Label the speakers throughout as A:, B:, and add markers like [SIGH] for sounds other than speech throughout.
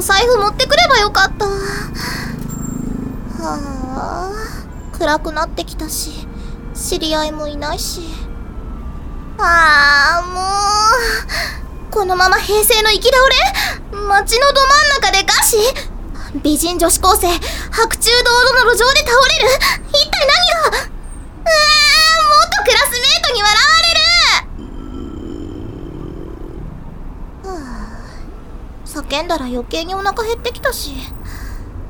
A: 財布持ってくればよかった。はあ、暗くなってきたし、知り合いもいないし。ああ、もう、このまま平成の生き倒れ街のど真ん中で餓死美人女子高生、白昼堂々の路上で倒れる一体何がうわあ、元クラスメイトに笑われる叫んだら余計にお腹減ってきたし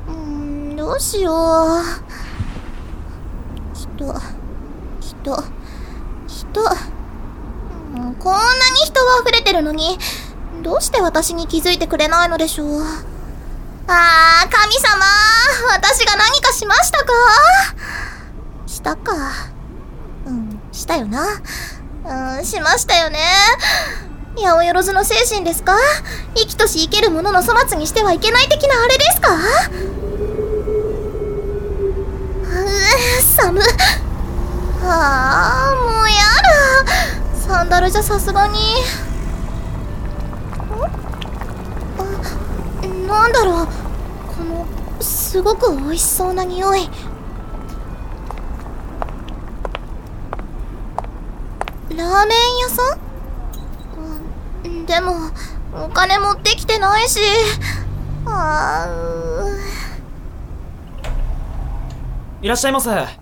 A: うーんどうしよう人人人うんこんなに人が溢れてるのにどうして私に気づいてくれないのでしょうあー神様私が何かしましたかしたかうんしたよなうんしましたよね八百万の精神ですか生きとし生けるものの粗末にしてはいけない的なあれですかうー寒はあもうやだサンダルじゃさすがにんあなんだろうこのすごく美味しそうな匂いラーメン屋さんうんでもお金持ってきてないしあーうー
B: いらっしゃいませあ
A: えあいいい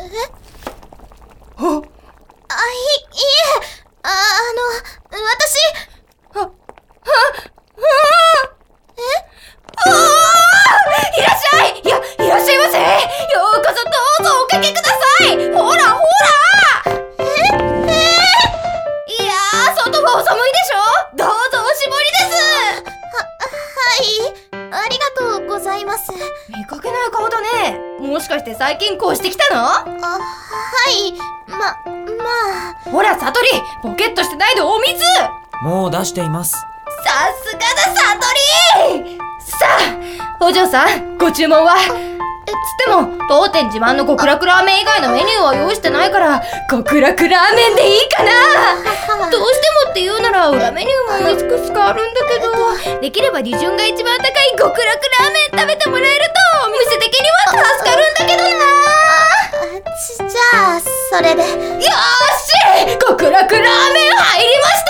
A: えああの私
C: いらっしゃいいや、いらっしゃいませようこそどうぞおかけくださいほらほらいやー、外はお寒いでしょどうぞおしぼりで
A: はいありがとうございます
C: す見かけない顔だね。もしかして最近こうしてきたの
A: あはいまま
C: [LAUGHS]
A: あ
C: ほら、サトリポケットしてないでお水さ
B: もう出しています
C: すがだ、サトリさあ、お嬢さん、ご注文はえ、つっても、当店自慢の極楽ラーメン以外のメニューは用意してないから、極楽ラーメンでいいかな
A: は
C: どうしてもって言うなら裏メニューもいくつかあるんだけどできれば利潤が一番高い極楽ラーメン食べてもらえるとお店的には助かるんだけどな
A: ちじゃあそれで
C: よーし極楽ラーメン入りました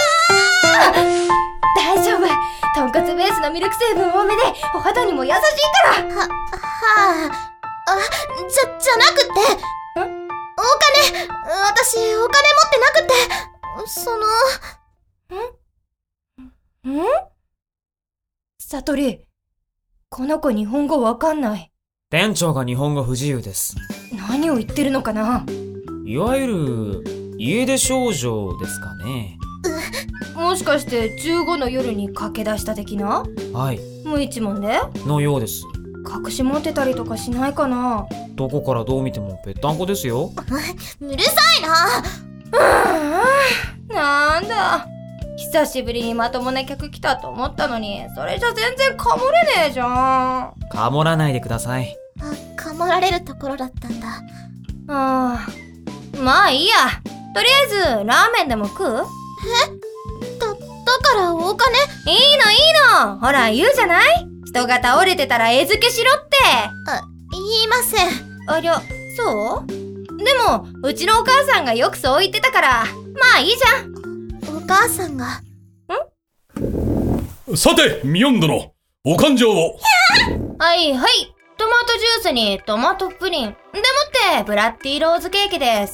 C: 大丈夫とんかつベースのミルク成分多めでお肌にも優しいから
A: ははああじゃじゃなくてお金私お金持ってなくてその
C: んサトリこの子日本語わかんない
B: 店長が日本語不自由です
C: 何を言ってるのかない
B: わゆる家出少女ですかね
C: もしかして15の夜に駆け出した的な
B: はい
C: 無一文で
B: のようです
C: 隠し持ってたりとかしないかな
B: どこからどう見てもぺったんこですよ
A: うるさいな
C: なんだ久しぶりにまともな客来たと思ったのにそれじゃ全然かもれねえじゃん
B: かもらないでください
A: あかもられるところだったんだ
C: あーまあいいやとりあえずラーメンでも食う
A: だだからお金
C: いいのいいのほら言うじゃない人が倒れてたら餌付けしろって
A: 言いません
C: ありゃそうでもうちのお母さんがよくそう言ってたからまあいいじゃん
A: お母さんが
D: さて、ミヨン殿、お勘定を。
C: はいはいトマトジュースにトマトプリンでもってブラッディローズケーキで1600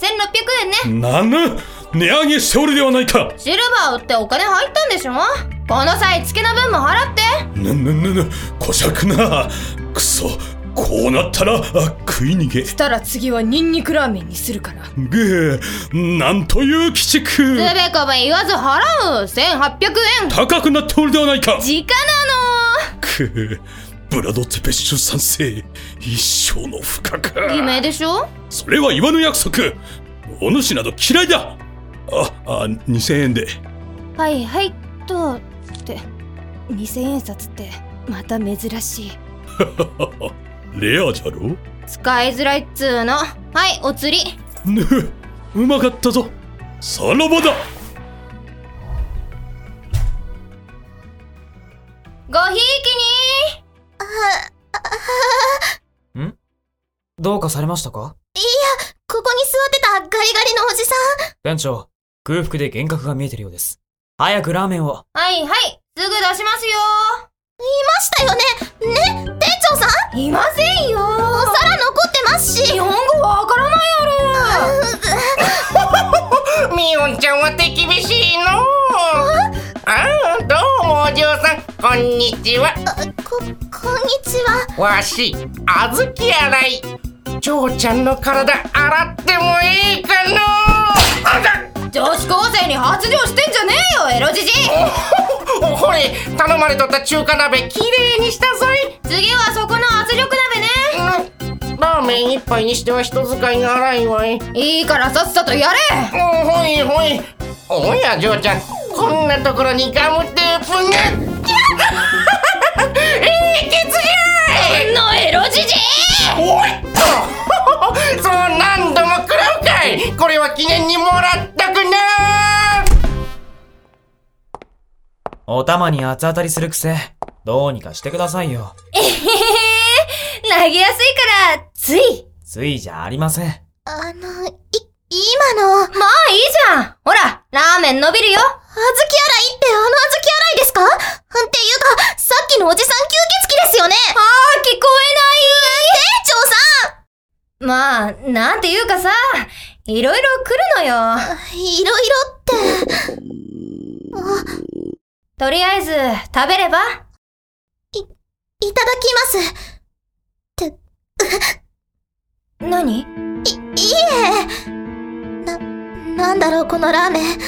C: 円ね
D: なん値上げしておるではないか。
C: シルバー売ってお金入ったんでしょこの際付けの分も払って
D: ぬぬぬぬ、こしゃくな。くそ、こうなったら、あ食い逃げ。
C: したら次はニンニクラーメンにするからつ
D: ぐー、なんという鬼畜。
C: べこべ言わず払う1800円
D: 高くなっておるではないか。
C: 直な
D: くー、ブラドツペッシュ賛成。一生の不可か。
C: の夢でしょ
D: それは言わぬ約束。お主など嫌いだ。あ、あ、2000円で。
C: はいはいとって2000円札ってまた珍しい
D: レアじゃろ
C: 使いづらいっつーのはいお釣り
D: ぬふうまかったぞさらばだ
C: ごひいきに
B: どうかされましたか
A: ここに座ってたガリガリのおじさん。
B: 店長、空腹で幻覚が見えてるようです。早くラーメンを。
C: はいはい、すぐ出しますよ
A: ましたよね。ね、店長さん
C: いませんよ
A: お皿残ってますし。
C: 日本語わからないやろ
E: みおんちゃんは手厳しいのああどうもお嬢さんこんにちは
A: こ、こんにちは。
E: わしあずき洗いちょうちゃんの体洗ってもいいかのあだ
C: 女子高生に発情してんじゃねえよエロじじい
E: おほれ頼まれとった中華鍋きれいにしたぞい
C: 次はそこの圧力鍋ね
E: うんラーメン一杯にしては人使いが荒いわい
C: いいからさっさとやれ
E: おほいほいおや嬢ちゃんこんなところにガムテープがええ血じゃい
C: のエロじじい
E: おいっと [LAUGHS] そう何度も食らうかいこれは記念にもらったくな
B: お玉に厚当たりするくせ、どうにかしてくださいよ。
C: え [LAUGHS] へへ投げやすいから、つい。
B: ついじゃありません。
A: あの、い、今の、あずき洗いっ
C: まあいいじゃんほら、ラーメン伸びる
A: て
C: よ
A: あのあずき洗いですかっていうか、さっきのおじさん吸血鬼ですよね
C: あー、聞こ
A: 店長さ
C: えないまあ、なんていうかさ、いろいろ来るのよ。
A: んいろいろって。
C: とりあえず、食べれば
A: いただきます。
C: 何
A: なんだろう、このラーメン。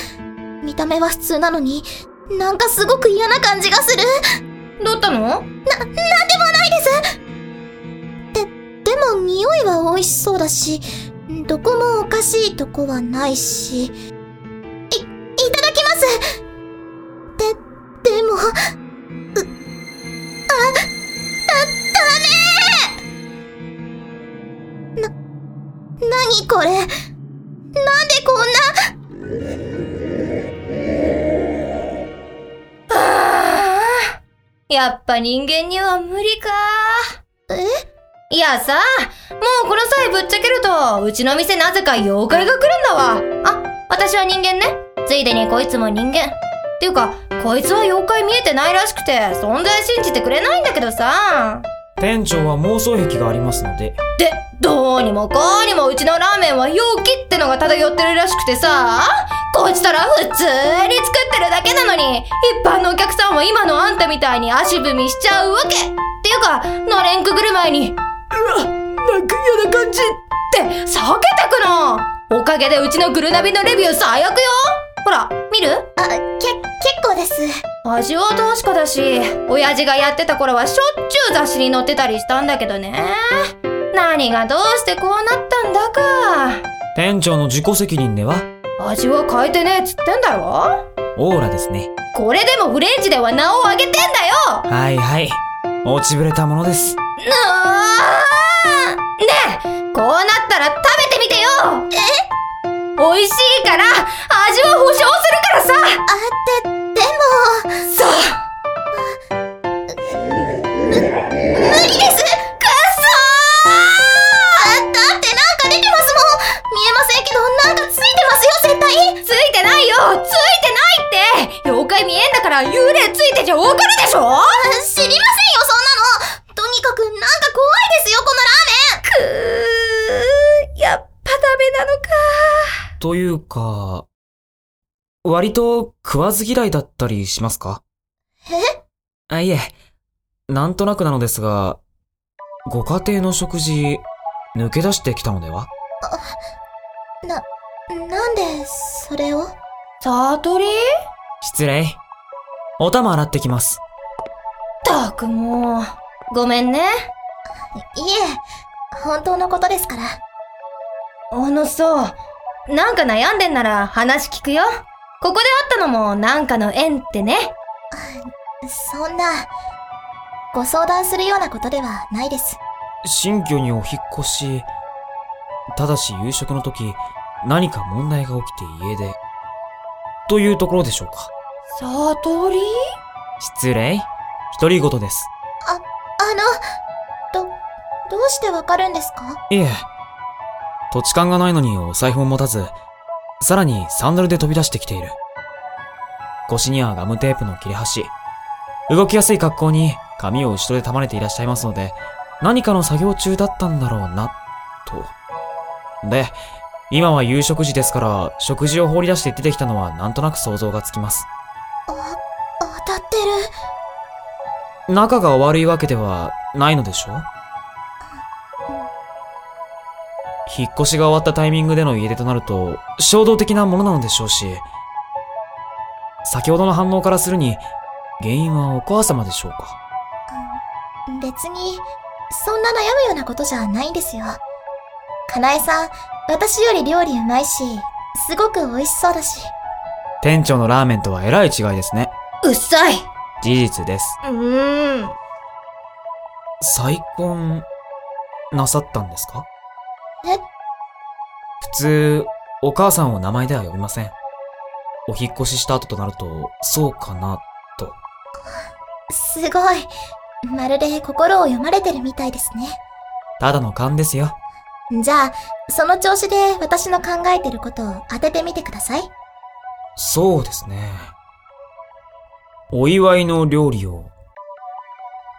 A: 見た目は普通なのに、なんかすごく嫌な感じがする。
C: どうったの
A: でも匂いは美味しそうだし、どこもおかしいとこはないし。い、いただきますで、でも、う、あ、だ、ダメな、なにこれなんでこんな、
C: やっぱ人間には無理か。
A: え
C: いやさ、もうこの際ぶっちゃけると、うちの店なぜか妖怪が来るんだわ。あ、私は人間ね。ついでにこいつも人間。っていうか、こいつは妖怪見えてないらしくて、存在信じてくれないんだけどさ。
B: 店長は妄想癖がありますので、
C: で、どうにもこうにもうちのラーメンは容器ってのが漂ってるらしくてさ、こいつたら普通に作ってるだけなのに、一般のお客さんは今のあんたみたいに足踏みしちゃうわけっていうか、のれんくぐる前に、うわ、なんか嫌な感じって避けてくのおかげでうちのグルナビのレビュー最悪よほら、見る
A: あ、け、結構です。
C: 味は確かだし、親父がやってた頃はしょっちゅう雑誌に載ってたりしたんだけどね。何がどうしてこうなったんだか。
B: 店長の自己責任では、
C: 味は変えてねえっつってんだろ
B: オーラですね。
C: これでもフレンチでは名を上げてんだよ
B: はいはい。落ちぶれたものです。
C: うわーねえこうなったら食べてみてよえ美味しいから味は保証するからさ
A: あ、で、でも、
C: そう
A: 無理ですくっそーあだってなんか出てますもん見えませんけど、なんかついてますよ、絶対
C: ついてないよついてないって妖怪見えんだから幽霊ついてちゃわかるでしょ
A: 知りませんよ、そんなのとにかく、なんか怖いですよ、このラーメン
C: くー、やっぱダメなのか。
B: というか、割と食わず嫌いだったりしますかえあ、いえ、なんとなくなのですが、ご家庭の食事、抜け出してきたのでは
A: なんで、それを
C: サトリ
B: 失礼。お玉洗ってきます。
C: たくもう。ごめんね。
A: いえ、本当のことですから。
C: あのさ、なんか悩んでんなら話聞くよ。ここで会ったのもなんかの縁ってね。
A: そんな、ご相談するようなことではないです。
B: 新居にお引っ越し、ただし夕食の時、何か問題が起きて家で、というところでしょうか。
C: サトリ
B: 失礼。独り言です。
A: あの、ど、どうしてわかるんですか
B: いえ、土地勘がないのにお財布を持たず、さらにサンダルで飛び出してきている。腰にはガムテープの切れ端。動きやすい格好に髪を後ろで束ねていらっしゃいますので、何かの作業中だったんだろうな、と。で、今は夕食時ですから、食事を放り出して出てきたのはなんとなく想像がつきます。
A: 当たってる。
B: 仲が悪いわけではないのでしょ引っ越しが終わったタイミングでの家出となると衝動的なものなのでしょうし先ほどの反応からするに原因はお母様でしょうか
A: 別に、そんな悩むようなことじゃないんですよ。かなえさん、私より料理うまいし、すごく美味しそうだし。
B: 店長のラーメンとはえらい違いですね
C: うっさい
B: 事実です
C: うーん
B: 再婚なさったんですか
A: え
B: 普通お母さんを名前では呼びませんお引っ越しした後となるとそうかな
A: すごい。まるで心を読まれてるみたいですね。
B: ただの勘ですよ
A: じゃあ、その調子で私の考えてることを当ててみてください。
B: そうですね。お祝いの料理を、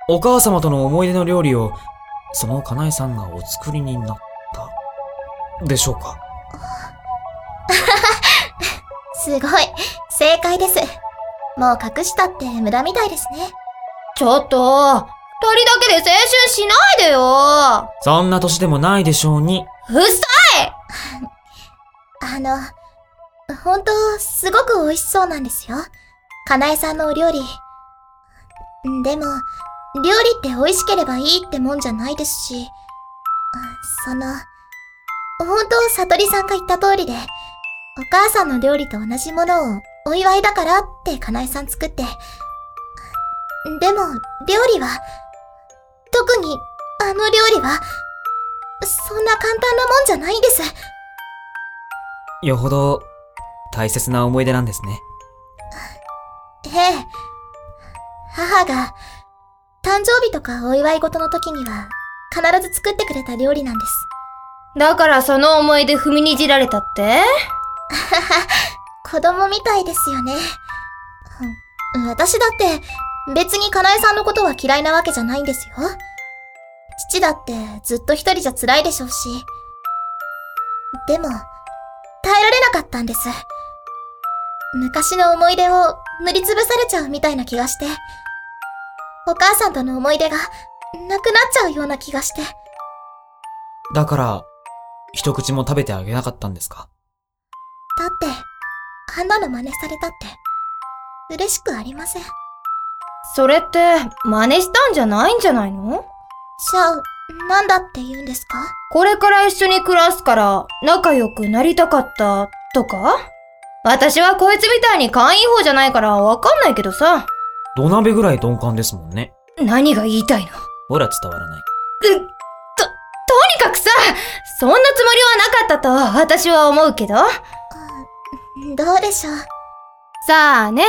B: お母様との思い出の料理を、そのかなえさんがお作りになった、でしょうか。
A: すごい。正解です。もう隠したって無駄みたいですね。
C: ちょっと二人だけで青春しないでよ
B: そんな年でもないでしょうに。
C: うっさ
A: あの、本当すごく美味しそうなんですよ。かなえさんのお料理。でも、料理って美味しければいいってもんじゃないですし、その、本当さとりさんが言った通りで、お母さんの料理と同じものをお祝いだからってかなえさん作って、でも、料理は、特に、あの料理は、そんな簡単なもんじゃないんです。
B: よほど、大切な思い出なんですね。
A: ええ。母が、誕生日とかお祝い事の時には、必ず作ってくれた料理なんです。
C: だからその思い出踏みにじられたって
A: 子供みたいですよね。うん私だって、別にかなえさんのことは嫌いなわけじゃないんですよ。父だってずっと一人じゃ辛いでしょうし。でも、耐えられなかったんです。昔の思い出を塗りつぶされちゃうみたいな気がして。お母さんとの思い出がなくなっちゃうような気がして。
B: だから、一口も食べてあげなかったんですか
A: だって、あんなの真似されたって、嬉しくありません。
C: それって真似したんじゃないんじゃないの
A: じゃあ、なんだって言うんですか
C: これから一緒に暮らすから仲良くなりたかったとか私はこいつみたいに勘いい方じゃないからわかんないけどさ。
B: 土鍋ぐらい鈍感ですもんね。
C: 何が言いたいのと
B: ほら伝わらない。
C: にかくさ、そんなつもりはなかったと私は思うけど。
A: どうでしょう。
C: さあね、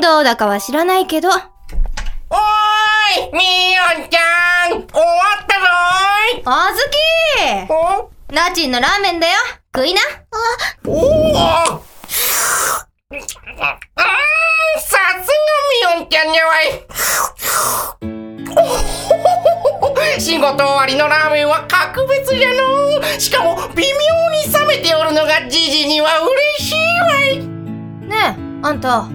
C: どうだかは知らないけど。あ
E: おーいみおんちゃん終わったぞーい
C: ずき
E: お
C: ナチンのラーメンだよ食いな
E: おーあーさすがみおんちゃんにゃわいおほほほほ仕事終わりのラーメンは格別じゃのーしかも微妙に冷めておるのがじじには嬉しいわい
C: ねえ、あんた、
A: は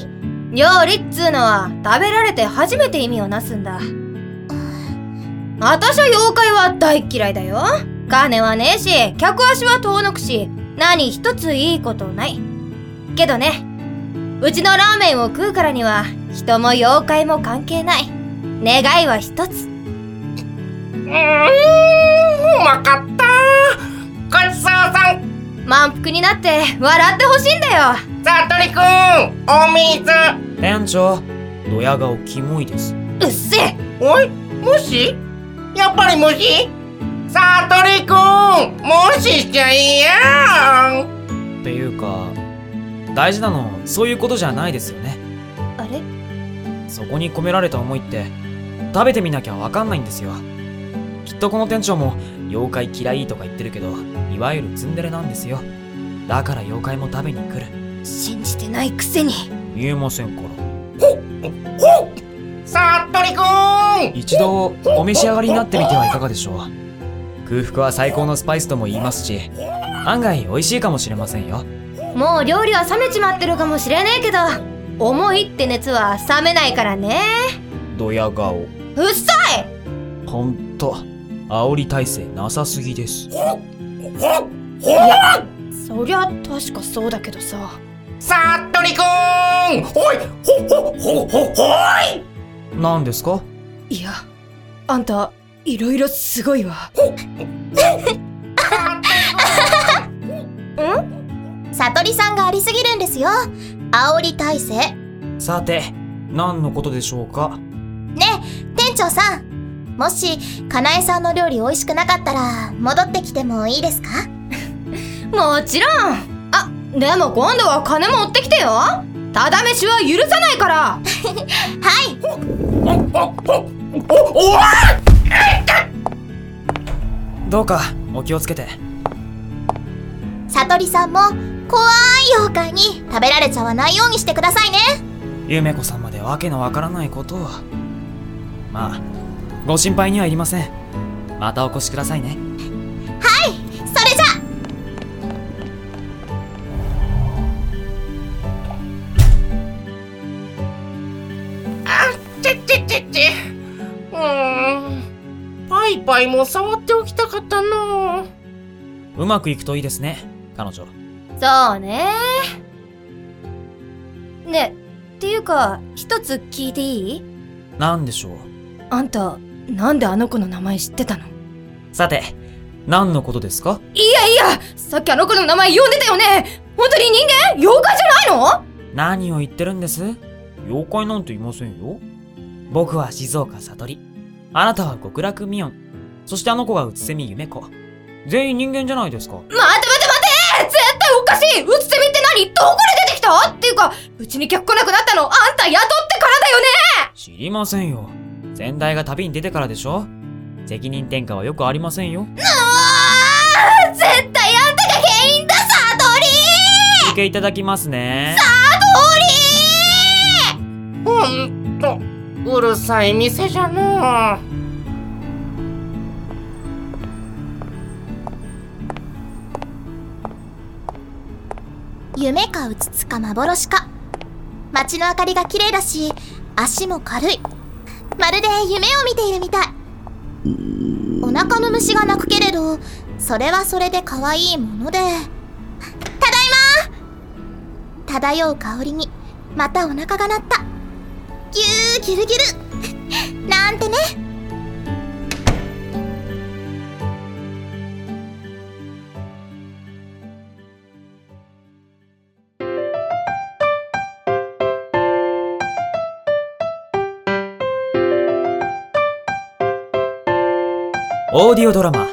A: い
C: 料理っつうのは食べられて初めて意味をなすんだ。私は妖怪は大っ嫌いだよ。金はねえし、客足は遠のくし、何一ついいことない。けどね、うちのラーメンを食うからには、人も妖怪も関係ない。願いは一つ。
E: うーんうまかったごちそうさん
C: 満腹になって笑ってほしいんだよ。
E: さとりくんお水
B: 店長、ドヤ顔キモいです。
C: うっせえ
E: おい無視やっぱり無視さとりくん無視しちゃいやん
B: っていうか、大事なの、そういうことじゃないですよね。
C: あれ
B: そこに込められた思いって食べてみなきゃわかんないんですよきっとこの店長も、妖怪嫌いとか言ってるけど、いわゆるツンデレなんですよ。だから妖怪も食べに来る。
C: 信じてないくせに
B: 言えませんから。
E: さあ、とりくん
B: 一度お召し上がりになってみてはいかがでしょう空腹は最高のスパイスとも言いますし案外美味しいかもしれませんよ
C: もう料理は冷めちまってるかもしれねえけど重いって熱は冷めないからね
B: ドヤ顔
C: うっさい
B: ほんと煽り体制なさすぎです
C: そりゃ確かそうだけどさ
E: さあ、とりくんほいほほほほほい
B: 何ですか
C: いやあんたいろいろすごいわ
A: さとりさんがありすぎるんですよ。煽り体制。
B: さて何のことでしょうか
A: ねえ、店長さん。もし、かなえさんの料理美味しくなかったら、戻ってきてもいいですか
C: もちろんあでも今度は金持ってきてよただ飯は許さないから
A: はい
B: どうかお気をつけて
A: さとりさんも、怖い妖怪に食べられちゃわないようにしてくださいね。
B: 夢子さんまでわけのわからないことをまあご心配にはいりませんまたお越しくださいね
A: それじゃ
E: あ、てってってって。うーん。パイパイも触っておきたかったな
B: うまくいくといいですね彼女
C: そうねねっていうか一つ聞いていい
B: 何でしょう
C: あんたなんであの子の名前知ってたの
B: さて、何のことですか
C: いやいやさっきあの子の名前呼んでたよね本当に人間妖怪じゃないの
B: 何を言ってるんです妖怪なんていませんよ。僕は静岡悟り。あなたは極楽ミオン。そしてあの子がうつせみ夢子。全員人間じゃないですか。
C: 待て待て待て絶対おかしいうつせみって何どこで出てきたっていうかうちに客来なくなったのあんた雇ってからだよね
B: 知りませんよ。先代が旅に出てからでしょ責任転嫁はよくありませんよ。
C: あー絶対あんたが原因だサト
B: お受けいただきますね。
C: リ
E: ほんと、うるさい店じゃな
A: 夢かうつつか幻か。街の明かりが綺麗だし、足も軽い。まるで夢を見ているみたい。お腹の虫が鳴くけれど、それはそれで可愛いもので。ただいま漂う香りに、またお腹が鳴った。ぎゅーぎゅるぎゅる。なんてね。
B: オーディオドラマ、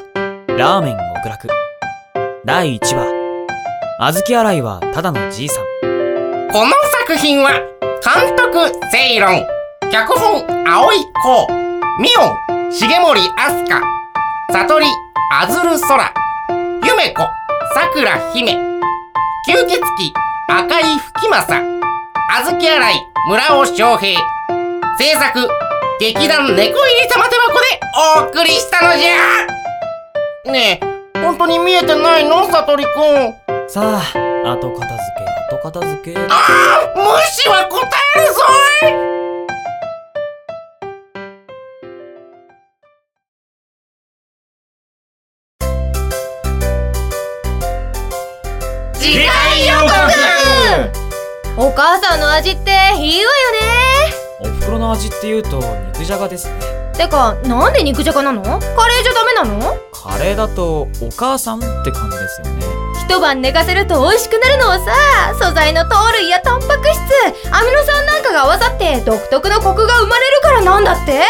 B: ラーメン極楽。第1話。小豆洗いはただのじいさん。
E: この作品は、監督、セイロン、脚本、青い子、ミオン、重森アスカ、悟り、アズル空、夢子、桜姫、吸血鬼、赤井吹正、あずき洗い、村尾翔平、制作、劇団猫入り玉手箱でお送りしたのじゃねえ、本当に見えてないの悟りくん。
B: さあ、後片付け、後片付け。
E: 無視は答えるぞい次回予告
C: お母さんの味っていいわよね
B: お袋の味って言うと肉じゃがですね
C: てかなんで肉じゃがなのカレーじゃダメなの
B: カレーだとお母さんって感じですよね
C: 一晩寝かせると美味しくなるのはさ素材の糖類やタンパク質アミノ酸なんかが合わさって独特のコクが生まれるからなんだって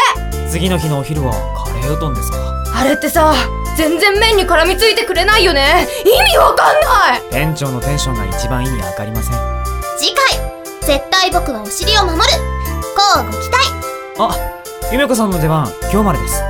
B: 次の日のお昼はカレーうどんですか
C: あれってさ全然麺に絡みついてくれないよね意味わかんない
B: 店長のテンションが一番意味わかりませんあ
A: 次回、絶対僕はお尻を守る。こうご期待。
B: ゆめこさんの出番今日までです